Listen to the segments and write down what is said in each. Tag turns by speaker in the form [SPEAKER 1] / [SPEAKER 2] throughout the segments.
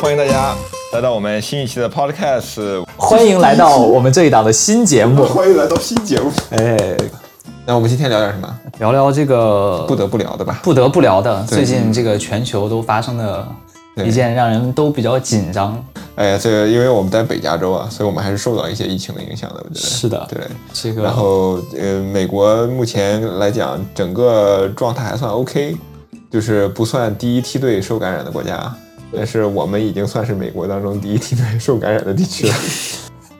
[SPEAKER 1] 欢迎大家来到我们新一期的 Podcast，。
[SPEAKER 2] 欢迎来到我们这一档的新节 目
[SPEAKER 1] 欢迎来到新节目。
[SPEAKER 2] 哎，
[SPEAKER 1] 那我们今天聊点什么？
[SPEAKER 2] 聊聊这个
[SPEAKER 1] 不得不聊的吧。
[SPEAKER 2] 不得不聊的，
[SPEAKER 1] 对
[SPEAKER 2] 最近这个全球都发生的
[SPEAKER 1] 对
[SPEAKER 2] 一件让人都比较紧张。
[SPEAKER 1] 哎呀，这个因为我们在北加州啊，所以我们还是受到一些疫情的影响的，我觉得。
[SPEAKER 2] 是的
[SPEAKER 1] 对。啊
[SPEAKER 2] 这
[SPEAKER 1] 然
[SPEAKER 2] 个
[SPEAKER 1] 后呃，美国目前来讲，整个状态还算 OK，就是不算第一梯队受感染的国家，但是我们已经算是美国当中第一梯队受感染的地区 了。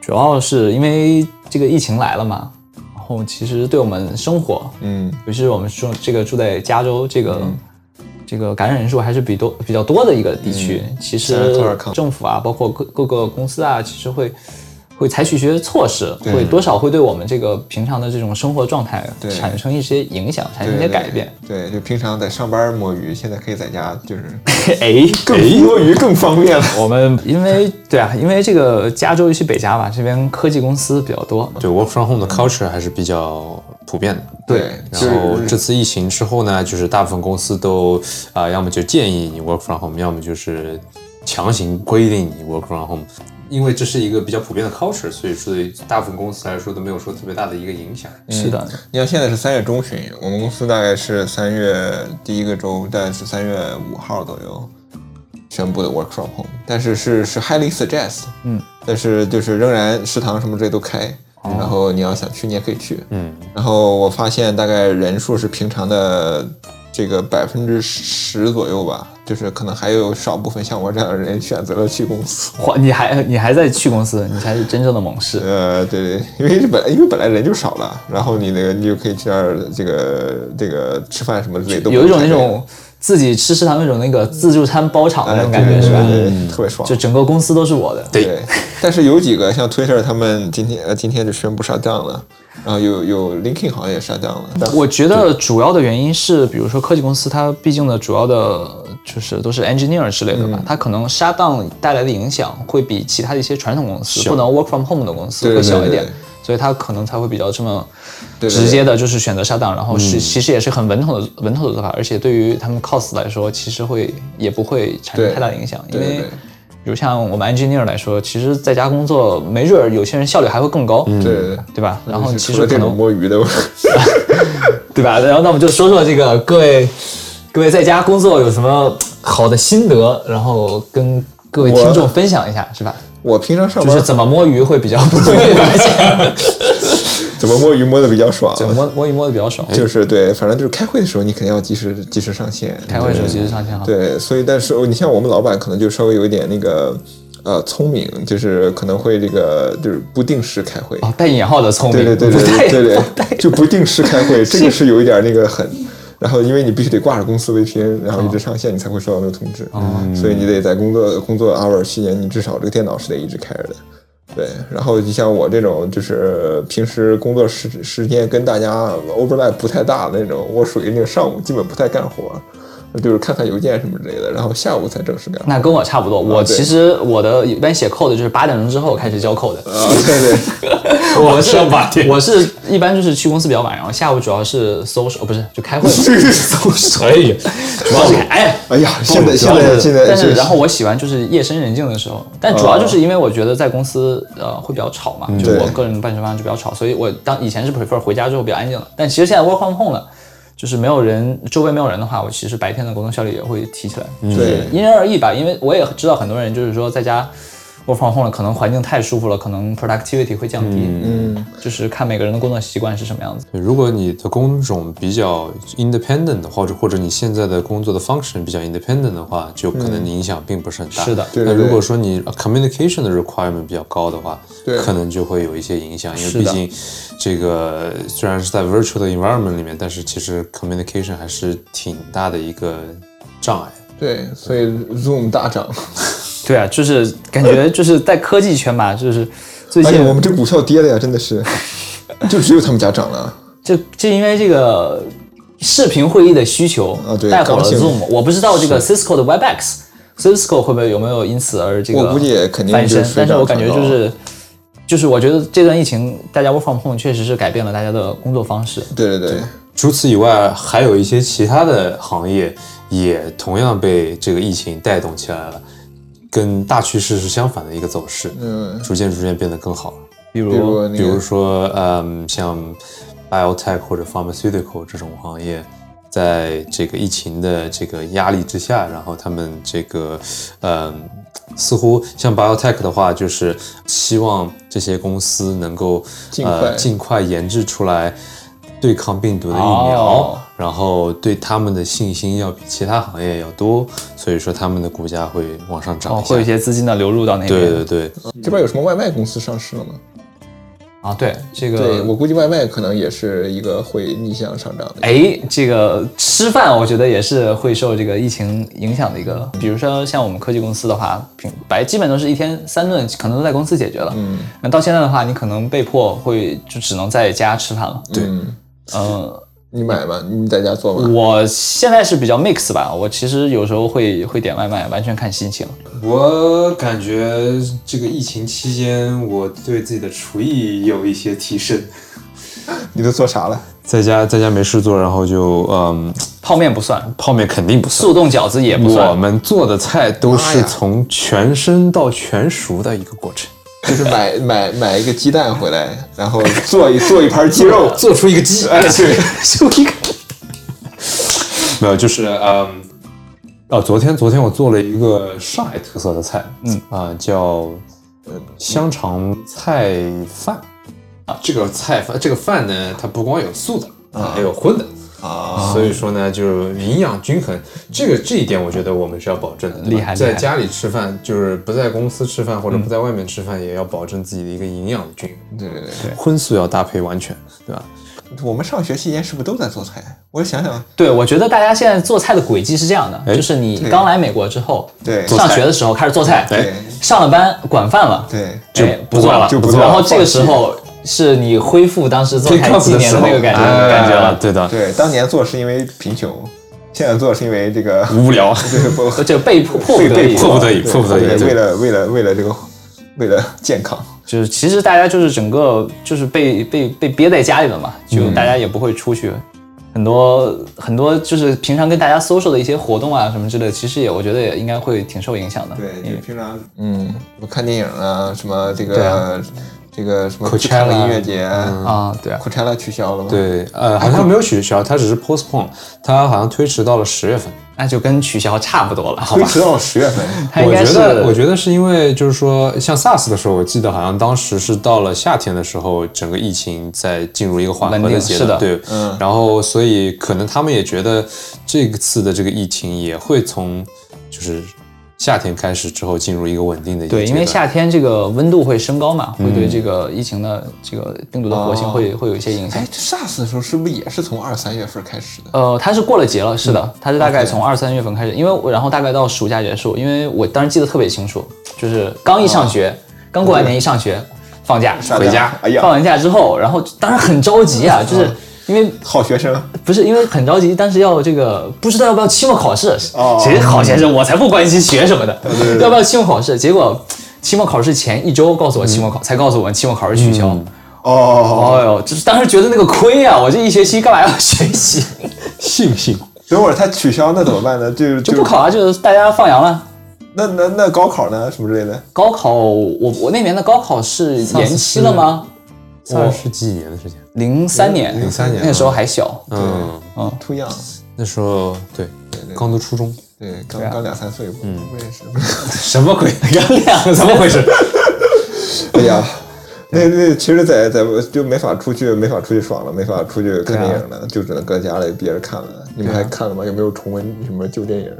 [SPEAKER 2] 主要是因为这个疫情来了嘛，然后其实对我们生活，
[SPEAKER 1] 嗯，
[SPEAKER 2] 尤其是我们住这个住在加州这个。这个感染人数还是比多比较多的一个地区，其实
[SPEAKER 1] 在嗯科尔康
[SPEAKER 2] 政府啊，包括各各个公司啊，其实会会采取一些措施，
[SPEAKER 1] 对
[SPEAKER 2] 会多少会对我们这个平常的这种生活状态
[SPEAKER 1] 对
[SPEAKER 2] 产生一些影响，
[SPEAKER 1] 哎
[SPEAKER 2] 产生一些改变。
[SPEAKER 1] 对，对，就平常在上班摸鱼，现在可以在家，就是
[SPEAKER 2] 哎，
[SPEAKER 1] 更摸鱼更方便了。
[SPEAKER 2] 我们因为对啊，因为这个加州尤其北加吧，这边科技公司比较多，
[SPEAKER 3] 对 work from home 的 culture 还是比较普遍的。
[SPEAKER 1] 对，就
[SPEAKER 3] 然后这
[SPEAKER 1] 是
[SPEAKER 3] 次疫情之后呢，就是大部分公司都啊、要么就建议你 work from home，要么就是强行规定你 work from home。因为这是一个比较普遍的 culture，所以说对大部分公司来说都没有说特别大的一个影响。
[SPEAKER 1] 嗯
[SPEAKER 2] 是的，
[SPEAKER 1] 你看现在是三月中旬，我们公司大概是三月第一个周，大概是三月五号左右宣布的 work from home，但是是是 highly suggest，
[SPEAKER 2] 嗯，
[SPEAKER 1] 但是就是仍然食堂什么之类都开。然后你要想去，你也可以去。
[SPEAKER 3] 哦嗯，
[SPEAKER 1] 然后我发现大概人数是平常的这个百分之十左右吧，就是可能还有少部分像我这样的人选择了去公司。
[SPEAKER 2] 哇，你还你还在去公司，你才是真正的猛士。
[SPEAKER 1] 呃，对对，因为本来因为本来人就少了，然后你那个你就可以去那儿这个这个吃饭什么之类都不
[SPEAKER 2] 有一种
[SPEAKER 1] 用
[SPEAKER 2] 那
[SPEAKER 1] 排队
[SPEAKER 2] 种自己吃食堂那种那个自助餐包场的那
[SPEAKER 1] 哎
[SPEAKER 2] 种感觉，是吧？
[SPEAKER 1] 对对对对特别爽
[SPEAKER 2] 就。整个公司都是我的。
[SPEAKER 3] 对
[SPEAKER 1] 对，但是有几个像 Twitter 他们今天呃今天就宣布 shut down 了，然后有有呃 LinkedIn 好像也 shut down 了，但
[SPEAKER 2] 我觉得主要的原因是，比如说科技公司，它毕竟的主要的就是都是 engineer 之类的
[SPEAKER 1] 嗯
[SPEAKER 2] 吧，它可能杀档带来的影响会比其他的一些传统公司不能 work from home 的公司
[SPEAKER 1] 对
[SPEAKER 2] 会小一
[SPEAKER 1] 对
[SPEAKER 2] 点
[SPEAKER 1] 对对，
[SPEAKER 2] 所以它可能才会比较这么
[SPEAKER 1] 对嗯对对
[SPEAKER 2] 直接的，就是选择杀档，然后是其实也是很稳妥的稳妥的做法，而且对于他们 cost 来说，其实会也不会产生
[SPEAKER 1] 对
[SPEAKER 2] 太大的影响，因
[SPEAKER 1] 对对
[SPEAKER 2] 为
[SPEAKER 1] 对。
[SPEAKER 2] 比如像我们 engineer 来说，其实在家工作，没准儿有些人效率还会更高，
[SPEAKER 1] 嗯对对对。
[SPEAKER 2] 对吧？然
[SPEAKER 1] 就
[SPEAKER 2] 后
[SPEAKER 1] 是
[SPEAKER 2] 其
[SPEAKER 1] 除
[SPEAKER 2] 实
[SPEAKER 1] 了
[SPEAKER 2] 可
[SPEAKER 1] 这种
[SPEAKER 2] 能
[SPEAKER 1] 摸鱼的， 我
[SPEAKER 2] 对吧？然后那我们就说说这个各位各位在家工作有什么好的心得，然后跟各位听众分享一下，是吧？
[SPEAKER 1] 我平常上
[SPEAKER 2] 就是
[SPEAKER 1] 班
[SPEAKER 2] 怎么摸鱼会比较不容易发现，
[SPEAKER 1] 怎么摸鱼摸的比较爽， 啊
[SPEAKER 2] 就摸摸鱼摸的比较爽。
[SPEAKER 1] 就是 对，反正就是开会的时候你肯定要及时及时上线，
[SPEAKER 2] 开会的时候及时上线哈。
[SPEAKER 1] 对，所以但是你像我们老板可能就稍微有一点那个呃聪明，就是可能会这个就是不定时开会。
[SPEAKER 2] 哦，带引号的聪明，
[SPEAKER 1] 对对对
[SPEAKER 2] 不
[SPEAKER 1] 对
[SPEAKER 2] 带
[SPEAKER 1] 对对对，就不定时开会，这个是有一点那个很。然后，因为你必须得挂着公司 VPN，然后一直上线，你才会收到那个通知。所以你得在工作工作 hour 期间，你至少这个电脑是得一直开着的。对，然后你像我这种，就是平时工作时时间跟大家 overlap 不太大的那种，我属于那个上午基本不太干活，就是看看邮件什么之类的，然后下午才正式干活。
[SPEAKER 2] 那跟我差不多，我
[SPEAKER 1] 对
[SPEAKER 2] 其实我的一般写 code 就是八点钟之后开始交 code 的，
[SPEAKER 1] 啊， 对对，
[SPEAKER 2] 我是我是一般就是去公司比较晚，然后下午主要是 social，哦不是就开 会嘛，
[SPEAKER 3] 可以，
[SPEAKER 2] 哎主要是开 哎。
[SPEAKER 1] 哎呀，现在
[SPEAKER 2] 主
[SPEAKER 1] 现
[SPEAKER 2] 要
[SPEAKER 1] 在
[SPEAKER 2] 是
[SPEAKER 1] 现在，嗯
[SPEAKER 2] 但是然后我喜欢就是夜深人静的时候，但主要就是因为我觉得在公司呃会比较吵嘛，就
[SPEAKER 1] 对
[SPEAKER 2] 我个人办事方式就比较吵，所以我当以前是 prefer 回家之后比较安静的，但其实现在 work from home 了，就是没有人周围没有人的话，我其实白天的工作效率也会提起来，
[SPEAKER 1] 嗯对
[SPEAKER 2] 因人而异吧，因为我也知道很多人就是说在家 work from home 了，可能环境太舒服了，可能 productivity 会降低，嗯，就是看每个人的工作习惯是什么样子。
[SPEAKER 3] 对，如果你的工种比较 independent 的话，或者或者你现在的工作的 function 比较 independent 的话，就可能影响并不是很大。
[SPEAKER 2] 嗯是的
[SPEAKER 1] 对
[SPEAKER 3] 那
[SPEAKER 1] 对对
[SPEAKER 3] 如果说你 communication 的 requirement 比较高的话
[SPEAKER 1] 对，
[SPEAKER 3] 可能就会有一些影响，因为
[SPEAKER 2] 是
[SPEAKER 3] 毕
[SPEAKER 2] 的
[SPEAKER 3] 竟这个虽然是在 virtual 的 environment 里面，但是其实 communication 还是挺大的一个障碍。
[SPEAKER 1] 对，所以 Zoom 大涨，
[SPEAKER 2] 对啊，就是感觉就是在科技圈吧，就是最
[SPEAKER 1] 而且
[SPEAKER 2] 近
[SPEAKER 1] 我们这股票跌的呀，真的 是，就只有他们家涨了。
[SPEAKER 2] 就就因为这个视频会议的需求
[SPEAKER 1] 啊对
[SPEAKER 2] 带火了
[SPEAKER 1] 刚性
[SPEAKER 2] Zoom，我不知道这个 Cisco 的 Webex。Cisco 会不会有没有因此而这个
[SPEAKER 1] 我估计也肯定
[SPEAKER 2] 翻身
[SPEAKER 1] 就是？水
[SPEAKER 2] 但是
[SPEAKER 1] 涨
[SPEAKER 2] 我感觉
[SPEAKER 1] 船
[SPEAKER 2] 就
[SPEAKER 1] 高
[SPEAKER 2] 是，就是我觉得这段疫情，大家 work from home 确实是改变了大家的工作方式。
[SPEAKER 1] 对对对，
[SPEAKER 3] 除此以外，还有一些其他的行业也同样被这个疫情带动起来了。跟大趋势是相反的一个走势，
[SPEAKER 1] 嗯，
[SPEAKER 3] 逐渐逐渐变得更好了。
[SPEAKER 1] 比如
[SPEAKER 3] 比如说，嗯，像 biotech 或者 pharmaceutical 这种行业，在这个疫情的这个压力之下，然后他们这个，嗯，似乎像 biotech 的话，就是希望这些公司能够
[SPEAKER 1] 尽快
[SPEAKER 3] 呃尽快研制出来对抗病毒的疫苗，
[SPEAKER 2] 哦
[SPEAKER 3] 然后对他们的信心要比其他行业要多，所以说他们的股价会往上涨
[SPEAKER 2] 哦，
[SPEAKER 3] 一下。
[SPEAKER 2] 会有一些资金的流入到那边。
[SPEAKER 3] 对对对，
[SPEAKER 1] 这边有什么外卖公司上市了吗？
[SPEAKER 2] 啊，对这
[SPEAKER 1] 对
[SPEAKER 2] 个，
[SPEAKER 1] 我估计外卖可能也是一个会逆向上涨的。
[SPEAKER 2] 哎，这个吃饭我觉得也是会受这个疫情影响的一个。比如说像我们科技公司的话，平白基本都是一天三顿可能都在公司解决了。
[SPEAKER 1] 嗯，
[SPEAKER 2] 那到现在的话，你可能被迫会就只能在家吃饭了。
[SPEAKER 3] 对
[SPEAKER 1] 嗯，
[SPEAKER 2] 嗯，
[SPEAKER 1] 你买吗？你在家做吗？
[SPEAKER 2] 我现在是比较 mix 吧，我其实有时候会会点外卖，完全看心情。
[SPEAKER 3] 我感觉这个疫情期间，我对自己的厨艺有一些提升。
[SPEAKER 1] 你都做啥 了？
[SPEAKER 3] 在家在家没事做，然后就嗯，
[SPEAKER 2] 泡面不算，
[SPEAKER 3] 泡面肯定不算。
[SPEAKER 2] 速冻饺子也不
[SPEAKER 3] 我
[SPEAKER 2] 算，
[SPEAKER 3] 们做的菜都
[SPEAKER 1] 妈
[SPEAKER 3] 是
[SPEAKER 1] 呀
[SPEAKER 3] 从全生到全熟的一个过程，。
[SPEAKER 1] 就是买买买一个鸡蛋回来，然后做一做一盘鸡肉
[SPEAKER 3] 做出一个鸡。
[SPEAKER 1] 哎，对，
[SPEAKER 2] 就一个
[SPEAKER 3] 没有，就是嗯，哦，昨天昨天我做了一个上海特色的菜，嗯啊、叫呃香肠菜饭啊。这个菜饭这个饭呢，它不光有素的，它还有荤的。
[SPEAKER 1] 啊，
[SPEAKER 3] 所以说呢，就是营养均衡，这个这一点我觉得我们是要保证的。对吧
[SPEAKER 2] 厉害厉害嗯
[SPEAKER 3] 在家里吃饭，就是不在公司吃饭或者不在外面吃饭，也要保证自己的一个营养均衡，
[SPEAKER 1] 对对对，
[SPEAKER 3] 荤素要搭配完全，对吧？
[SPEAKER 1] 我们上学期间是不是都在做菜？我想想，
[SPEAKER 2] 对，我觉得大家现在做菜的轨迹是这样的，
[SPEAKER 3] 哎
[SPEAKER 2] 就是你
[SPEAKER 1] 对
[SPEAKER 2] 刚来美国之后，
[SPEAKER 1] 对
[SPEAKER 2] 上学的时候开始做菜，
[SPEAKER 1] 对
[SPEAKER 2] 上了班管饭了，
[SPEAKER 1] 对
[SPEAKER 2] 就哎不做了，
[SPEAKER 1] 就不做了
[SPEAKER 2] 然后这个时候是你恢复当时做
[SPEAKER 3] Take
[SPEAKER 2] 菜
[SPEAKER 3] off
[SPEAKER 2] 几
[SPEAKER 3] 的
[SPEAKER 2] 年
[SPEAKER 3] 时
[SPEAKER 2] 的
[SPEAKER 3] 候
[SPEAKER 2] 那个感觉
[SPEAKER 3] 哎
[SPEAKER 2] 感觉了，
[SPEAKER 3] 对的，
[SPEAKER 1] 对，当年做是因为贫穷，现在做是因为这个
[SPEAKER 3] 无聊，
[SPEAKER 1] 就是不
[SPEAKER 2] 而且被迫迫不
[SPEAKER 1] 被
[SPEAKER 2] 得已
[SPEAKER 1] 被
[SPEAKER 2] 做，
[SPEAKER 3] 迫不得已
[SPEAKER 1] 哎对
[SPEAKER 3] 迫不得已
[SPEAKER 1] 对
[SPEAKER 3] 对
[SPEAKER 1] 为了为了为了这个为了健康，
[SPEAKER 2] 就是其实大家就是整个就是被被被憋在家里了嘛，就大家也不会出去，很多很多就是平常跟大家 social 的一些活动啊什么之类的，其实也我觉得也应该会挺受影响的。
[SPEAKER 1] 对，
[SPEAKER 2] 因
[SPEAKER 1] 就
[SPEAKER 2] 为
[SPEAKER 1] 平常嗯，什么看电影啊，什么这
[SPEAKER 2] 对
[SPEAKER 1] 个、
[SPEAKER 2] 啊
[SPEAKER 1] 这个什么
[SPEAKER 3] Coachella
[SPEAKER 1] 看了音乐节，
[SPEAKER 2] 啊，对啊，
[SPEAKER 1] ，Coachella 取消了吗？，
[SPEAKER 3] 嗯对，呃，好像没有取消，它只是 postpone，它好像推迟到了十月份。
[SPEAKER 2] 那就跟取消差不多了，好
[SPEAKER 1] 推
[SPEAKER 2] 吧？
[SPEAKER 1] 迟到十月份。
[SPEAKER 2] 它应
[SPEAKER 3] 我
[SPEAKER 2] 该
[SPEAKER 3] 觉
[SPEAKER 2] 是
[SPEAKER 3] 得，我觉得是因为就是说，像 SARS 的时候，我记得好像当时是到了夏天的时候，整个疫情在进入一个缓和
[SPEAKER 2] 稳定
[SPEAKER 3] 阶
[SPEAKER 2] 是的
[SPEAKER 3] 段，对，嗯，然后所以可能他们也觉得这个次的这个疫情也会从就是夏天开始之后进入一个稳定的一个
[SPEAKER 2] 对，
[SPEAKER 3] 阶
[SPEAKER 2] 因为
[SPEAKER 3] 段
[SPEAKER 2] 夏天这个温度会升高嘛，会对这个疫情的这个病毒的活性会、会有一些影 响
[SPEAKER 1] 哎。，这 SARS 的时候是不是也是从二三月份开始的？
[SPEAKER 2] 呃，它是过了节了，是
[SPEAKER 1] 嗯
[SPEAKER 2] 的，它是大概从二三月份开始，因为我然后大概到暑假结束，因为我当时记得特别清楚，就是刚一上学，刚过完年一上学，放假回
[SPEAKER 1] 家
[SPEAKER 2] 家，
[SPEAKER 1] 啊哎呀嗯
[SPEAKER 2] 放完假之后，然后当然很着急啊，就是因为
[SPEAKER 1] 好学生，
[SPEAKER 2] 不是因为很着急，但是要这个不知道要不要期末考试。
[SPEAKER 1] 哦
[SPEAKER 2] 谁好学生，我才不关心学什么的，要不要期末考试？结果期末考试前一周告诉我期末
[SPEAKER 1] 嗯
[SPEAKER 2] 考，才告诉我们期末考试取消。
[SPEAKER 1] 哦，
[SPEAKER 2] 哦呦，就是当时觉得那个亏啊！我这一学期干嘛要学习？
[SPEAKER 3] 信不信？
[SPEAKER 1] 等会儿他取消那怎么办呢？就
[SPEAKER 2] 就不考啊，就是大家放羊了。
[SPEAKER 1] 那那那高考呢？什么之类的？
[SPEAKER 2] 高考，我我那年的高考是延期了吗？
[SPEAKER 3] SARS 是几几年的事情？
[SPEAKER 2] 零三年，
[SPEAKER 3] 03年
[SPEAKER 2] 那个时候还小。
[SPEAKER 3] 嗯，
[SPEAKER 1] 出样，
[SPEAKER 3] 那时候对，刚读初中，
[SPEAKER 1] 对，刚
[SPEAKER 2] 对啊
[SPEAKER 1] 刚两三岁，不
[SPEAKER 3] 嗯
[SPEAKER 1] 不认识。
[SPEAKER 3] 什么鬼？
[SPEAKER 2] 两
[SPEAKER 3] 怎么回事？
[SPEAKER 1] 哎呀，那那其实在，在就没法出去，没法出去爽了，没法出去看电影了，就只能搁家里憋着看了。你们还看了吗？有没有重温什么旧电影？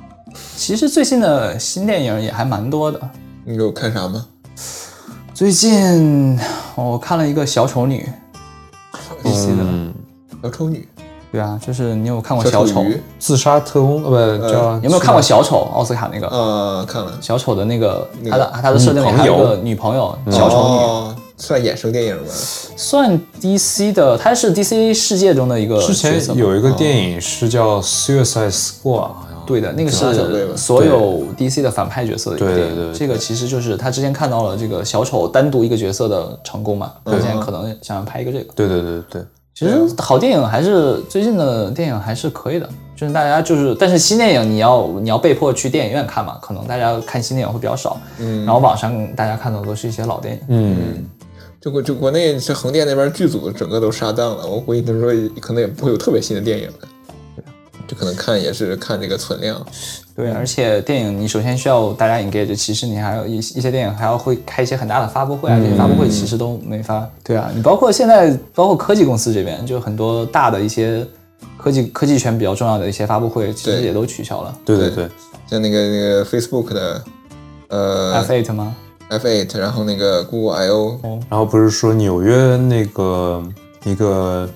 [SPEAKER 2] 其实最近的新电影也还蛮多的。
[SPEAKER 1] 你有看啥吗？
[SPEAKER 2] 最近我看了一个小丑女，DC 的，
[SPEAKER 3] 嗯，
[SPEAKER 1] 小丑女，
[SPEAKER 2] 对啊，就是你有看过
[SPEAKER 1] 哦小
[SPEAKER 2] 小
[SPEAKER 1] 丑
[SPEAKER 2] 丑？
[SPEAKER 1] 鱼
[SPEAKER 2] 你，
[SPEAKER 3] 自杀特工呃不叫
[SPEAKER 2] 有没有看过小丑？奥斯卡那个、
[SPEAKER 1] 啊，看了。
[SPEAKER 2] 小丑的那个，
[SPEAKER 1] 那
[SPEAKER 2] 他
[SPEAKER 1] 个
[SPEAKER 2] 的他的设定里
[SPEAKER 3] 嗯女
[SPEAKER 2] 还
[SPEAKER 3] 朋友
[SPEAKER 2] 有个女朋友小丑女，
[SPEAKER 1] 哦算衍生电影吧。
[SPEAKER 2] 算 DC 的，她是 DC 世界中的一个
[SPEAKER 3] 之
[SPEAKER 2] 角
[SPEAKER 3] 前
[SPEAKER 2] 色嗯
[SPEAKER 3] 有一个电影是叫《Suicide Squad》，好像
[SPEAKER 2] 对的，那个
[SPEAKER 1] 小队吧
[SPEAKER 2] 是所有 DC 的反派角色的一个
[SPEAKER 3] 对
[SPEAKER 2] 电
[SPEAKER 3] 对对
[SPEAKER 2] 影。
[SPEAKER 3] 对
[SPEAKER 2] 这个其实就是他之前看
[SPEAKER 1] 嗯
[SPEAKER 2] 到了这个小丑单独一个角色的成功嘛，他现在可能想要拍一个这个。
[SPEAKER 3] 对对对对，
[SPEAKER 2] 其实好电影还是最近的电影还是可以的，就是大家就是，但是新电影你要你要被迫去电影院看嘛，可能大家看新电影会比较少，嗯，然后网上大家看到的都是一些老电影，
[SPEAKER 3] 嗯，
[SPEAKER 1] 就国就国内是横店那边剧组整个都杀档了，我估计他们说可能也不会有特别新的电影的，就可能看也是看这个存量。嗯
[SPEAKER 2] 对，而且电影你首先需要大家 engage，其实你还有一一些电影还要会开一些很大的发布
[SPEAKER 1] 嗯
[SPEAKER 2] 会啊，这些发布会其实都没法。对啊，你包括现在包括科技公司这边，就很多大的一些科技科技圈比较重要的一些发布会，其实
[SPEAKER 1] 对
[SPEAKER 2] 也都取消了。
[SPEAKER 3] 对对对，
[SPEAKER 1] 像那个那个 Facebook 的呃
[SPEAKER 2] F eight 吗？
[SPEAKER 1] F eight，然后那个 Google I O，
[SPEAKER 3] 然后不是说纽约那个一个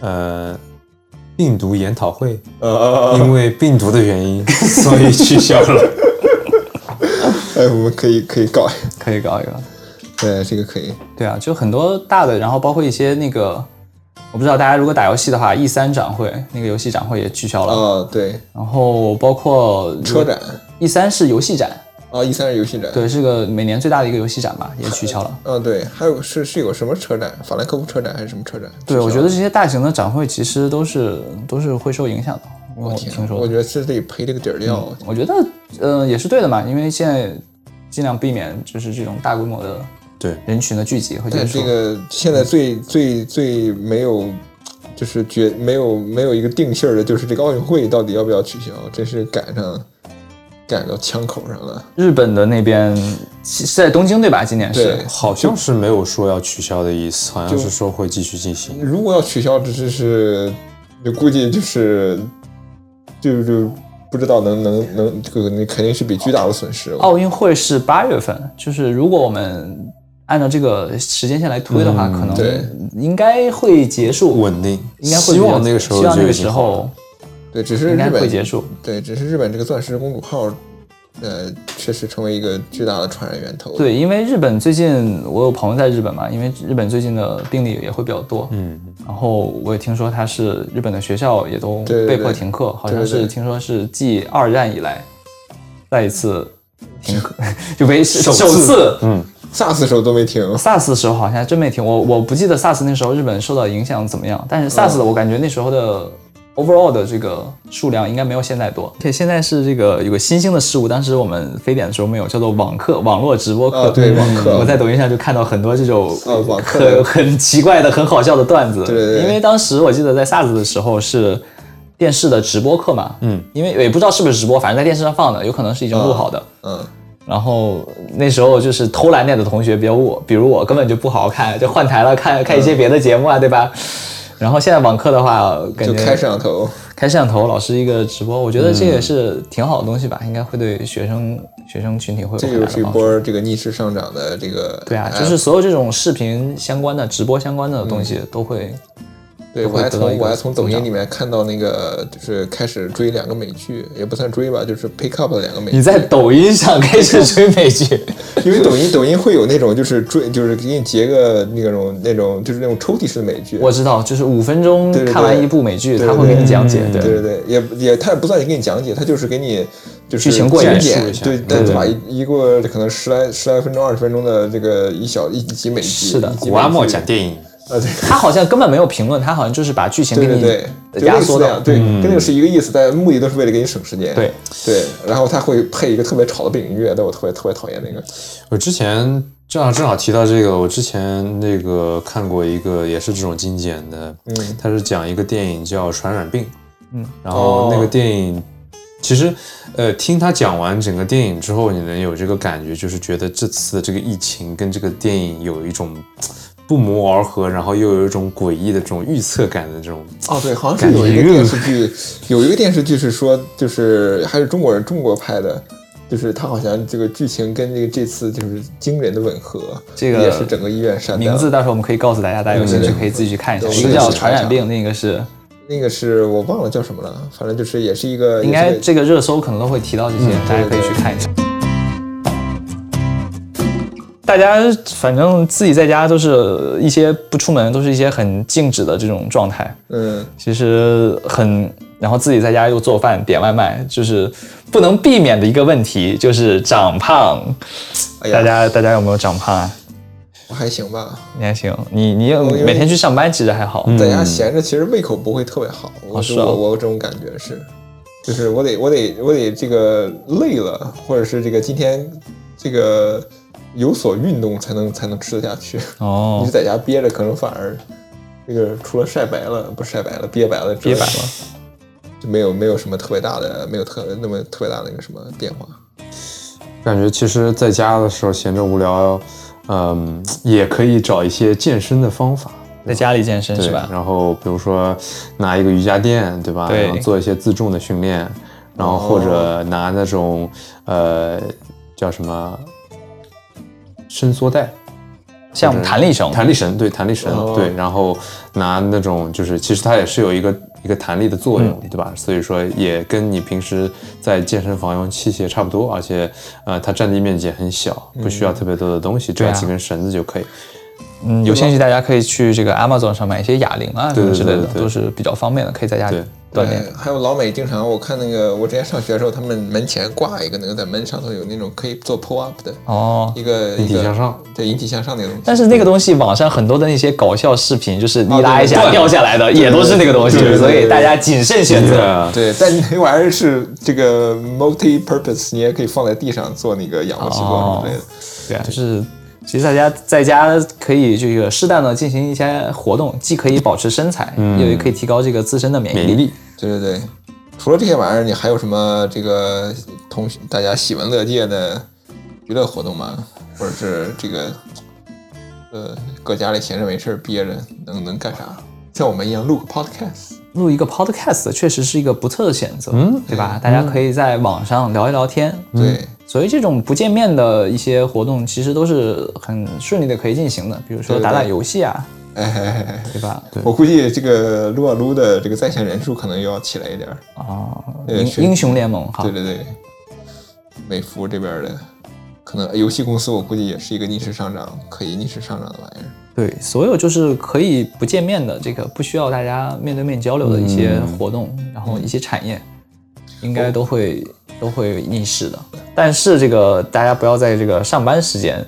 [SPEAKER 3] 呃病毒研讨会，
[SPEAKER 1] 呃，
[SPEAKER 3] 因为病毒的原 因，所以取消 了。
[SPEAKER 1] 哎，我们可以可以搞，
[SPEAKER 2] 可以搞一个。
[SPEAKER 1] 对，这个可以，
[SPEAKER 2] 对啊，就很多大的，然后包括一些那个，我不知道大家如果打游戏的话，E 三展会那个游戏展会也取消了，
[SPEAKER 1] 哦，对，
[SPEAKER 2] 然后包括
[SPEAKER 1] 车展，
[SPEAKER 2] E 三是游戏展，
[SPEAKER 1] 哦，一三是游戏展，，
[SPEAKER 2] 对，是个每年最大的一个游戏展吧，也取消了。
[SPEAKER 1] 哦，对，还有是是有什么车展，法兰克福车展还是什么车展？
[SPEAKER 2] 对，我
[SPEAKER 1] 取消
[SPEAKER 2] 觉
[SPEAKER 1] 了
[SPEAKER 2] 得这些大型的展会其实都是都是会受影响的。我
[SPEAKER 1] 我
[SPEAKER 2] 听
[SPEAKER 1] 天，啊
[SPEAKER 2] 说
[SPEAKER 1] 我
[SPEAKER 2] 的，
[SPEAKER 1] 觉得是得赔这个底儿掉，
[SPEAKER 2] 我觉得呃也是对的嘛，因为现在尽量避免就是这种大规模的
[SPEAKER 3] 对，
[SPEAKER 2] 人群的聚集和接
[SPEAKER 1] 但
[SPEAKER 2] 触。
[SPEAKER 1] 这个现在最最最没有，就是决没有没有一个定性儿的，就是这个奥运会到底要不要取消，真是赶上赶到枪口上了。
[SPEAKER 2] 日本的那边是在东京对吧？今年是
[SPEAKER 1] 对
[SPEAKER 3] 好像是没有说要取消的意思，好像是说会继续进行。
[SPEAKER 1] 如果要取消，这就是就估计就是就就不知道能能能这个你肯定是比巨大的损失。
[SPEAKER 2] 奥运会是八月份，就是如果我们按照这个时间线来推的话，可
[SPEAKER 1] 对
[SPEAKER 2] 能应该会结束，
[SPEAKER 3] 稳定，
[SPEAKER 2] 应该会
[SPEAKER 3] 希
[SPEAKER 2] 比较
[SPEAKER 3] 望那个时候
[SPEAKER 2] 希望那
[SPEAKER 3] 就
[SPEAKER 2] 个
[SPEAKER 3] 已
[SPEAKER 2] 时
[SPEAKER 3] 经好了
[SPEAKER 2] 候
[SPEAKER 1] 对，只是
[SPEAKER 2] 应
[SPEAKER 1] 日
[SPEAKER 2] 该会
[SPEAKER 1] 本
[SPEAKER 2] 结束。
[SPEAKER 1] 对，只是日本这个钻石公主号，呃，确实成为一个巨大的传染源头。
[SPEAKER 2] 对，因为日本最近我有朋友在日本嘛，因为日本最近的病例也会比较多，
[SPEAKER 3] 嗯，
[SPEAKER 2] 然后我也听说他是日本的学校也都
[SPEAKER 1] 对对
[SPEAKER 2] 被
[SPEAKER 1] 对
[SPEAKER 2] 迫停课，好像
[SPEAKER 1] 对对
[SPEAKER 2] 是
[SPEAKER 1] 对
[SPEAKER 2] 听说是继二战以来再一次停课， 就为首
[SPEAKER 3] 首次
[SPEAKER 2] 次
[SPEAKER 1] ，SARS 时候都没停，
[SPEAKER 2] SARS 时候好像还真没停，我我不记得 SARS 那时候日本受到影响怎么样，
[SPEAKER 1] 嗯
[SPEAKER 2] 但是 SARS 的我感觉那时候的 overall 的这个数量应该没有现在多。而且现在是这个有个新兴的事物，当时我们非典的时候没有，叫做网课、网络直播课。嗯
[SPEAKER 1] 啊对网课
[SPEAKER 2] 我在抖音上就看到很多这种
[SPEAKER 1] 啊网课
[SPEAKER 2] 很很奇怪的、很好笑的段子。
[SPEAKER 1] 对对对
[SPEAKER 2] 因为当时我记得在 SARS 的时候是。电视的直播课嘛，嗯，因为也不知道是不是直播，反正在电视上放的，有可能是已经录好的。
[SPEAKER 1] 嗯。
[SPEAKER 2] 然后那时候就是偷懒点的同学，比如我，比如我根本就不好好看，就换台了看看一些别的节目啊，对吧？然后现在网课的话，感
[SPEAKER 1] 嗯就
[SPEAKER 2] 觉
[SPEAKER 1] 开摄像头，
[SPEAKER 2] 开摄像头，老师一个直播，我觉得这也是挺好的东西吧，应该会对学生学生群体会有
[SPEAKER 1] 嗯这
[SPEAKER 2] 很
[SPEAKER 1] 又
[SPEAKER 2] 大
[SPEAKER 1] 是一
[SPEAKER 2] 的帮助。
[SPEAKER 1] 波这个逆势上涨的这个 app。
[SPEAKER 2] 对啊，就是所有这种视频相关的、直播相关的东西
[SPEAKER 1] 嗯
[SPEAKER 2] 都
[SPEAKER 1] 哎
[SPEAKER 2] 会，
[SPEAKER 1] 对我
[SPEAKER 2] 会
[SPEAKER 1] 还
[SPEAKER 2] 得到一
[SPEAKER 1] 从
[SPEAKER 2] 个
[SPEAKER 1] 我还从
[SPEAKER 2] 增
[SPEAKER 1] 抖
[SPEAKER 2] 长
[SPEAKER 1] 音里面看到那个，就是开始追两个美剧，也不算追吧，就是 pick up 的两个美剧。
[SPEAKER 2] 你在抖音上开始追 美剧，
[SPEAKER 1] 因为抖音抖音会有那种就是追就是给你截个那种那种就是那种抽屉式的美剧。
[SPEAKER 2] 我知道，就是五分钟
[SPEAKER 1] 对对对
[SPEAKER 2] 看完一部美剧，
[SPEAKER 1] 对对
[SPEAKER 2] 他会给你讲解，
[SPEAKER 1] 对对对，也也，他也不算是给你讲解，他就是给你就是
[SPEAKER 2] 剧情过眼
[SPEAKER 1] 精简
[SPEAKER 3] 述一下
[SPEAKER 1] 对，
[SPEAKER 3] 嗯
[SPEAKER 1] 但
[SPEAKER 2] 对
[SPEAKER 1] 把一一个可能十来十来分钟、二十分钟的这个一小一集美剧，
[SPEAKER 2] 是的
[SPEAKER 1] 一集
[SPEAKER 3] 古阿
[SPEAKER 1] 美
[SPEAKER 3] 莫
[SPEAKER 1] 剧
[SPEAKER 3] 讲电影，
[SPEAKER 1] 啊，对，
[SPEAKER 2] 他好像根本没有评论，他好像就是把剧情给
[SPEAKER 1] 对
[SPEAKER 2] 你
[SPEAKER 1] 对对，就
[SPEAKER 2] 压
[SPEAKER 1] 类似
[SPEAKER 2] 缩
[SPEAKER 1] 那
[SPEAKER 2] 掉
[SPEAKER 1] 样，。对，跟那个是一个意思，但目的都是为了给你省时间。
[SPEAKER 2] 对
[SPEAKER 1] 对，然后他会配一个特别吵的背景音乐，但我特别特别讨厌那个。
[SPEAKER 3] 我之前正好正好提到这个，我之前那个看过一个也是这种精简的，
[SPEAKER 1] 嗯，
[SPEAKER 3] 它是讲一个电影叫《传染病》，
[SPEAKER 2] 嗯，
[SPEAKER 3] 然后那
[SPEAKER 1] 哦
[SPEAKER 3] 个电影、其实，呃，听他讲完整个电影之后，你能有这个感觉，就是觉得这次的这个疫情跟这个电影有一种嘖不谋而合，然后又有一种诡异的这种预测感的这种，
[SPEAKER 1] 哦，对，好像
[SPEAKER 3] 感
[SPEAKER 1] 是有一个
[SPEAKER 3] 觉
[SPEAKER 1] 电视剧，有一个电视剧是说，就是还是中国人中国拍的。就是他好像这个剧情跟这个这次就是惊人的吻合，
[SPEAKER 2] 这个
[SPEAKER 1] 也是整个医院删掉
[SPEAKER 2] 名字到时候我们可以告诉大家，大家有兴
[SPEAKER 1] 呃
[SPEAKER 2] 趣
[SPEAKER 1] 啊对
[SPEAKER 2] 可以自己去看一下。
[SPEAKER 1] 对
[SPEAKER 2] 一个
[SPEAKER 1] 对
[SPEAKER 2] 叫
[SPEAKER 1] 对
[SPEAKER 2] 传染病，另一个是
[SPEAKER 1] 那个是我忘了叫什么了，反正就是也是一个
[SPEAKER 2] 应该
[SPEAKER 1] 也是个
[SPEAKER 2] 这个热搜可能都会提到这些，
[SPEAKER 1] 嗯
[SPEAKER 2] 大家可以去看一下。大家反正自己在家都是一些不出门，都是一些很静止的这种状态，
[SPEAKER 1] 嗯，
[SPEAKER 2] 其实很，然后自己在家又做饭点外卖，就是不能避免的一个问题就是长胖。
[SPEAKER 1] 哎呀
[SPEAKER 2] 大家大家有没有长胖啊？
[SPEAKER 1] 我还行吧，
[SPEAKER 2] 你还行，你你也
[SPEAKER 1] 因为嗯
[SPEAKER 2] 每天去上班其实还好，
[SPEAKER 1] 在家闲着其实胃口不会特别好，我
[SPEAKER 2] 嗯哦是啊
[SPEAKER 1] 我我有这种感觉是，就是我得我得我得这个累了，或者是这个今天这个有所运动才能才能吃得下去。你
[SPEAKER 2] 哦
[SPEAKER 1] 就，在家憋着，可能反而这个除了晒白了，不是晒白了，憋白了之外，
[SPEAKER 2] 憋白了
[SPEAKER 1] 就没有没有什么特别大的，没有特那么特别大的那个什么变化。
[SPEAKER 3] 感觉其实在家的时候闲着无聊，嗯，也可以找一些健身的方法，
[SPEAKER 2] 在家里健身
[SPEAKER 3] 对
[SPEAKER 2] 是吧？
[SPEAKER 3] 然后比如说拿一个瑜伽垫，对吧？
[SPEAKER 2] 对哦
[SPEAKER 3] 然后做一些自重的训练，然后或者拿那种、呃叫什么伸缩带，
[SPEAKER 2] 像弹力绳，
[SPEAKER 3] 弹力绳，对，弹力绳，
[SPEAKER 1] 哦
[SPEAKER 3] 对，然后拿那种就是其实它也是有一个一个弹力的作用，
[SPEAKER 2] 嗯
[SPEAKER 3] 对吧？所以说也跟你平时在健身房用器械差不多，而且呃它占地面积也很小，不需要特别多的东西，只
[SPEAKER 2] 嗯
[SPEAKER 3] 要
[SPEAKER 2] 对啊
[SPEAKER 3] 几根绳子就可以。
[SPEAKER 2] 嗯，有兴趣大家可以去这个 Amazon 上买一些哑铃啊什
[SPEAKER 3] 对
[SPEAKER 2] 么
[SPEAKER 3] 对
[SPEAKER 2] 之类的
[SPEAKER 3] 对，对
[SPEAKER 2] 都是比较方便的，可以在家
[SPEAKER 3] 对
[SPEAKER 2] 锻炼。
[SPEAKER 1] 哎还有老美经常，我看那个我之前上学的时候，他们门前挂一个那个在门上头有那种可以做 pull up 的
[SPEAKER 2] 哦，
[SPEAKER 1] 一个
[SPEAKER 3] 引体
[SPEAKER 1] 一个
[SPEAKER 3] 向上
[SPEAKER 1] 对引体向上那个东西。
[SPEAKER 2] 但是那个东西网上很多的那些搞笑视频，就是你拉一
[SPEAKER 1] 啊
[SPEAKER 2] 下
[SPEAKER 1] 对
[SPEAKER 2] 掉下来的，也都是那个东西
[SPEAKER 1] 对对，对
[SPEAKER 2] 所以大家谨慎选择。
[SPEAKER 3] 啊，
[SPEAKER 1] 对，但那玩意儿是这个 multi-purpose，你也可以放在地上做那个仰卧起坐之类的。
[SPEAKER 2] 对啊，就是其实大家在家可以这个适当的进行一些活动，既可以保持身材，也可以提高这个自身的嗯免疫
[SPEAKER 3] 免疫
[SPEAKER 2] 力。
[SPEAKER 3] 力。
[SPEAKER 1] 对对对，除了这些玩意儿，你还有什么这个同学大家喜闻乐见的娱乐活动吗？或者是这个呃，搁家里闲着没事儿憋着，能能干啥？像我们一样录个 podcast，
[SPEAKER 2] 录一个 podcast 确实是一个不错的选择，嗯，对吧？大家可以在网上聊一聊天，
[SPEAKER 1] 对，
[SPEAKER 2] 所以这种不见面的一些活动，其实都是很顺利的可以进行的，比如说
[SPEAKER 1] 对对
[SPEAKER 2] 打打游戏啊，
[SPEAKER 1] 哎哎哎哎
[SPEAKER 2] 对吧？
[SPEAKER 1] 哎，我估计这个撸啊撸的这个在线人数可能又要起来一点儿。
[SPEAKER 2] 啊，
[SPEAKER 1] 对
[SPEAKER 2] 英
[SPEAKER 1] 是
[SPEAKER 2] 英雄联盟哈
[SPEAKER 1] 呃对，对对，美服这边的，可能呃游戏公司我估计也是一个逆势上涨，可以逆势上涨的玩意儿。
[SPEAKER 2] 对，所有就是可以不见面的这个不需要大家面对面交流的一些
[SPEAKER 1] 嗯
[SPEAKER 2] 活动，然后一些产业，应该都会都会逆势的。但是这个大家不要在这个上班时 间，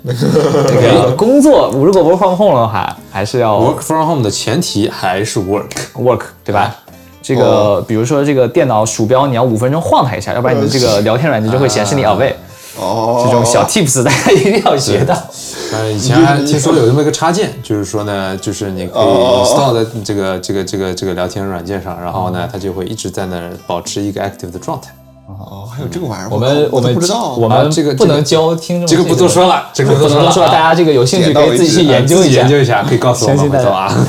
[SPEAKER 2] 这个工作如果 work from home 的话，还是要
[SPEAKER 3] Work from home 的前提还是 work，
[SPEAKER 2] work 对吧？这个
[SPEAKER 1] 哦
[SPEAKER 2] 比如说这个电脑鼠标你要五分钟晃它一下，要不然你的这个聊天软件就会显示你
[SPEAKER 1] 呃
[SPEAKER 2] away。
[SPEAKER 1] 啊哦
[SPEAKER 2] 这种小 tips 大家一定要学到。
[SPEAKER 3] 呃，以前还听说有这么一个插件，就是说呢，就是你可以
[SPEAKER 1] 哦
[SPEAKER 3] install 在这个这个这个这个聊天软件上，然后呢，它就会一直在那儿保持一个 active 的状态。
[SPEAKER 1] 哦，还有这个玩意儿，
[SPEAKER 2] 啊我
[SPEAKER 1] 都
[SPEAKER 2] 们
[SPEAKER 1] 我
[SPEAKER 2] 们
[SPEAKER 1] 都不知道，
[SPEAKER 2] 我们
[SPEAKER 3] 啊这个
[SPEAKER 2] 不
[SPEAKER 3] 这
[SPEAKER 2] 能
[SPEAKER 3] 个
[SPEAKER 2] 教听众
[SPEAKER 3] 这个不多说了，这个
[SPEAKER 2] 不
[SPEAKER 3] 不多
[SPEAKER 2] 能
[SPEAKER 3] 了，啊
[SPEAKER 2] 说了，大家这个有兴趣
[SPEAKER 1] 点到
[SPEAKER 2] 可以
[SPEAKER 1] 为
[SPEAKER 2] 自己
[SPEAKER 1] 止
[SPEAKER 2] 去
[SPEAKER 1] 啊
[SPEAKER 2] 研究
[SPEAKER 3] 自
[SPEAKER 2] 一
[SPEAKER 3] 己
[SPEAKER 2] 下。
[SPEAKER 3] 研究一下，可以告诉我
[SPEAKER 2] 相
[SPEAKER 3] 们
[SPEAKER 2] 信
[SPEAKER 3] 回
[SPEAKER 2] 大家
[SPEAKER 3] 头啊。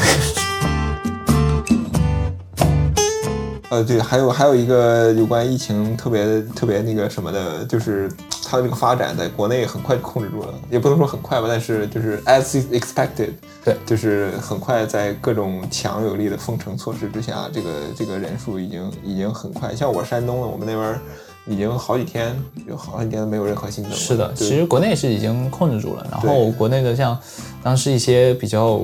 [SPEAKER 1] 呃，对，还有还有一个有关疫情特别特别那个什么的，就是它的这个发展在国内很快就控制住了，也不能说很快吧，但是就是 as expected，
[SPEAKER 2] 对
[SPEAKER 1] 就是很快在各种强有力的封城措施之下，这个这个人数已经已经很快，像我山东的，我们那边儿已经好几天有好几天没有任何新增了，
[SPEAKER 2] 是的，
[SPEAKER 1] 对
[SPEAKER 2] 其实国内是已经控制住了。然后
[SPEAKER 1] 对
[SPEAKER 2] 国内的像当时一些比较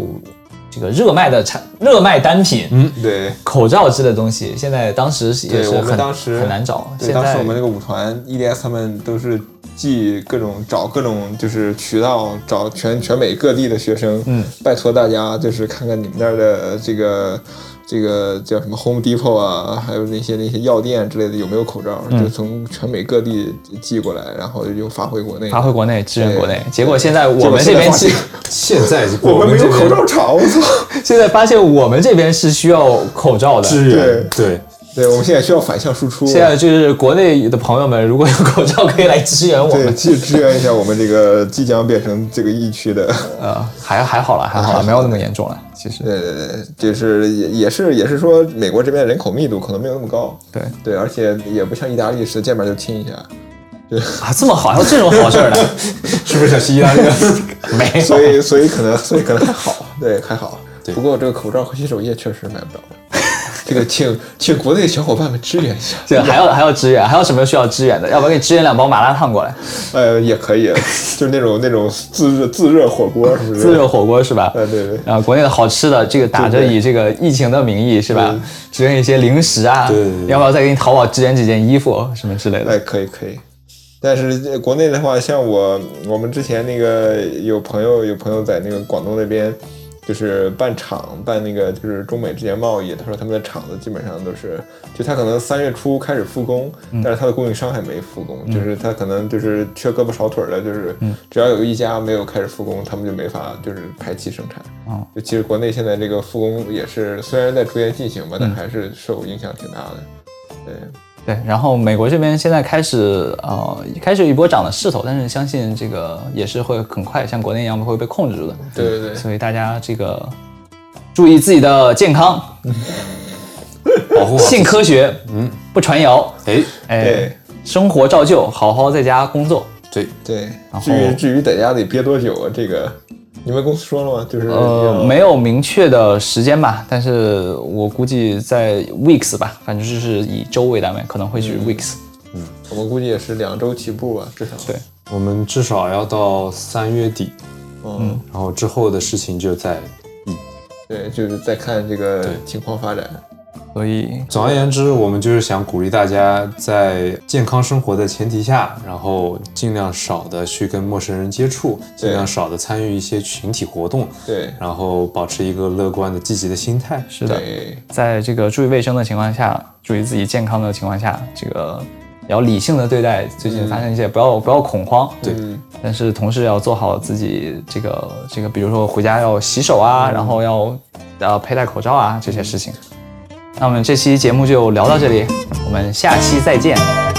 [SPEAKER 2] 这个热卖的产热卖单品，嗯，
[SPEAKER 1] 对。
[SPEAKER 2] 口罩之类的东西，现在当时也
[SPEAKER 1] 对
[SPEAKER 2] 是
[SPEAKER 1] 我
[SPEAKER 2] 很
[SPEAKER 1] 们当时
[SPEAKER 2] 很难找。
[SPEAKER 1] 对，
[SPEAKER 2] 现
[SPEAKER 1] 当时
[SPEAKER 2] 在
[SPEAKER 1] 我们那个舞团 EDS 他们都是寄各种找各种就是渠道找全全美各地的学生，嗯，拜托大家就是看看你们那儿的这个这个叫什么 Home Depot 啊，还有那些那些药店之类的有没有口罩，
[SPEAKER 2] 嗯
[SPEAKER 1] 就从全美各地寄过来，然后又发回国内。
[SPEAKER 2] 发回国内支援国内
[SPEAKER 1] 对，
[SPEAKER 2] 结果现在我
[SPEAKER 1] 结果
[SPEAKER 2] 们这
[SPEAKER 1] 现在
[SPEAKER 2] 边
[SPEAKER 1] 发
[SPEAKER 2] 是
[SPEAKER 1] 现
[SPEAKER 3] 现在
[SPEAKER 1] 我们没有
[SPEAKER 3] 这边
[SPEAKER 1] 口罩厂，我操！
[SPEAKER 2] 现在发现我们这边是需要口罩的。
[SPEAKER 3] 支援，对，
[SPEAKER 1] 对，我们现在需要反向输出。
[SPEAKER 2] 现在就是国内的朋友们，如果有口罩可以来支援我
[SPEAKER 1] 对，
[SPEAKER 2] 们。
[SPEAKER 1] 去支援一下我们这个即将变成这个疫区的
[SPEAKER 2] 呃，还还好了，还好了，没有那么严重了。其实
[SPEAKER 1] 对对对，就是也也是也是说，美国这边人口密度可能没有那么高，
[SPEAKER 2] 对
[SPEAKER 1] 对，而且也不像意大利似的见面就亲一下，
[SPEAKER 2] 啊，这么好，还有这种好事儿呢？
[SPEAKER 3] 是不是想去意大利？
[SPEAKER 2] 没有，
[SPEAKER 1] 所以所以可能所以可能还好，对还好。
[SPEAKER 3] 对
[SPEAKER 1] 不过这个口罩和洗手液确实买不着，这个请请国内小伙伴们支援一下，
[SPEAKER 2] 这还要还要支援，还有什么需要支援的？要不然给你支援两包麻辣烫过来，
[SPEAKER 1] 呃也可以，就是那种那种自热自热火锅什么的，
[SPEAKER 2] 自热火锅是吧？
[SPEAKER 1] 呃对对
[SPEAKER 2] 然后国内的好吃的，这个打着以这个疫情的名义是吧？支援一些零食啊，
[SPEAKER 3] 对对对
[SPEAKER 2] 要不要再给你淘宝支援几件衣服什么之类的？
[SPEAKER 1] 哎可以可以，但是国内的话，像我我们之前那个有朋友有朋友在那个广东那边，就是办厂办那个就是中美之间贸易，他说他们的厂子基本上都是，就他可能三月初开始复工，但是他的供应商还没复工，就是他可能就是缺胳膊少腿儿的，就是只要有一家没有开始复工，他们就没法就是排期生产。
[SPEAKER 2] 哦
[SPEAKER 1] 就其实国内现在这个复工也是虽然在逐渐进行吧，但还是受影响挺大的。对，
[SPEAKER 2] 对，然后美国这边现在开始呃开始有一波涨的势头，但是相信这个也是会很快像国内一样会被控制住的，
[SPEAKER 1] 对对对。
[SPEAKER 2] 所以大家这个注意自己的健康，
[SPEAKER 3] 保护好自己
[SPEAKER 2] 信科学，嗯，不传谣，
[SPEAKER 3] 哎，
[SPEAKER 2] 哎
[SPEAKER 1] 对，
[SPEAKER 2] 生活照旧，好好在家工作。
[SPEAKER 3] 对，
[SPEAKER 1] 对
[SPEAKER 2] 然，
[SPEAKER 1] 至于
[SPEAKER 2] 后
[SPEAKER 1] 至于在家里憋多久啊，这个你们公司说了吗？就是
[SPEAKER 2] 呃
[SPEAKER 1] 要，
[SPEAKER 2] 没有明确的时间吧，但是我估计在 weeks 吧，反正就是以周为单位，可能会
[SPEAKER 1] 嗯
[SPEAKER 2] 是 weeks。
[SPEAKER 1] 我们估计也是两周起步吧，至少。
[SPEAKER 2] 对，
[SPEAKER 3] 我们至少要到三月底，
[SPEAKER 1] 嗯，
[SPEAKER 3] 然后之后的事情就在。
[SPEAKER 1] 对，就是再看这个
[SPEAKER 3] 对
[SPEAKER 1] 情况发展。
[SPEAKER 2] 所以
[SPEAKER 3] 总而言之，我们就是想鼓励大家在健康生活的前提下，然后尽量少的去跟陌生人接触，尽量少的参与一些群体活动，
[SPEAKER 1] 对，
[SPEAKER 3] 然后保持一个乐观的、积极的心态。
[SPEAKER 2] 是的，
[SPEAKER 1] 对，
[SPEAKER 2] 在这个注意卫生的情况下，注意自己健康的情况下，这个也要理性的对待最近发生一些，不要不要恐慌。对
[SPEAKER 1] 嗯，
[SPEAKER 2] 但是同时也要做好自己这个这个，比如说回家要洗手啊，然后要呃佩戴口罩啊这些事情。那我们这期节目就聊到这里，我们下期再见，拜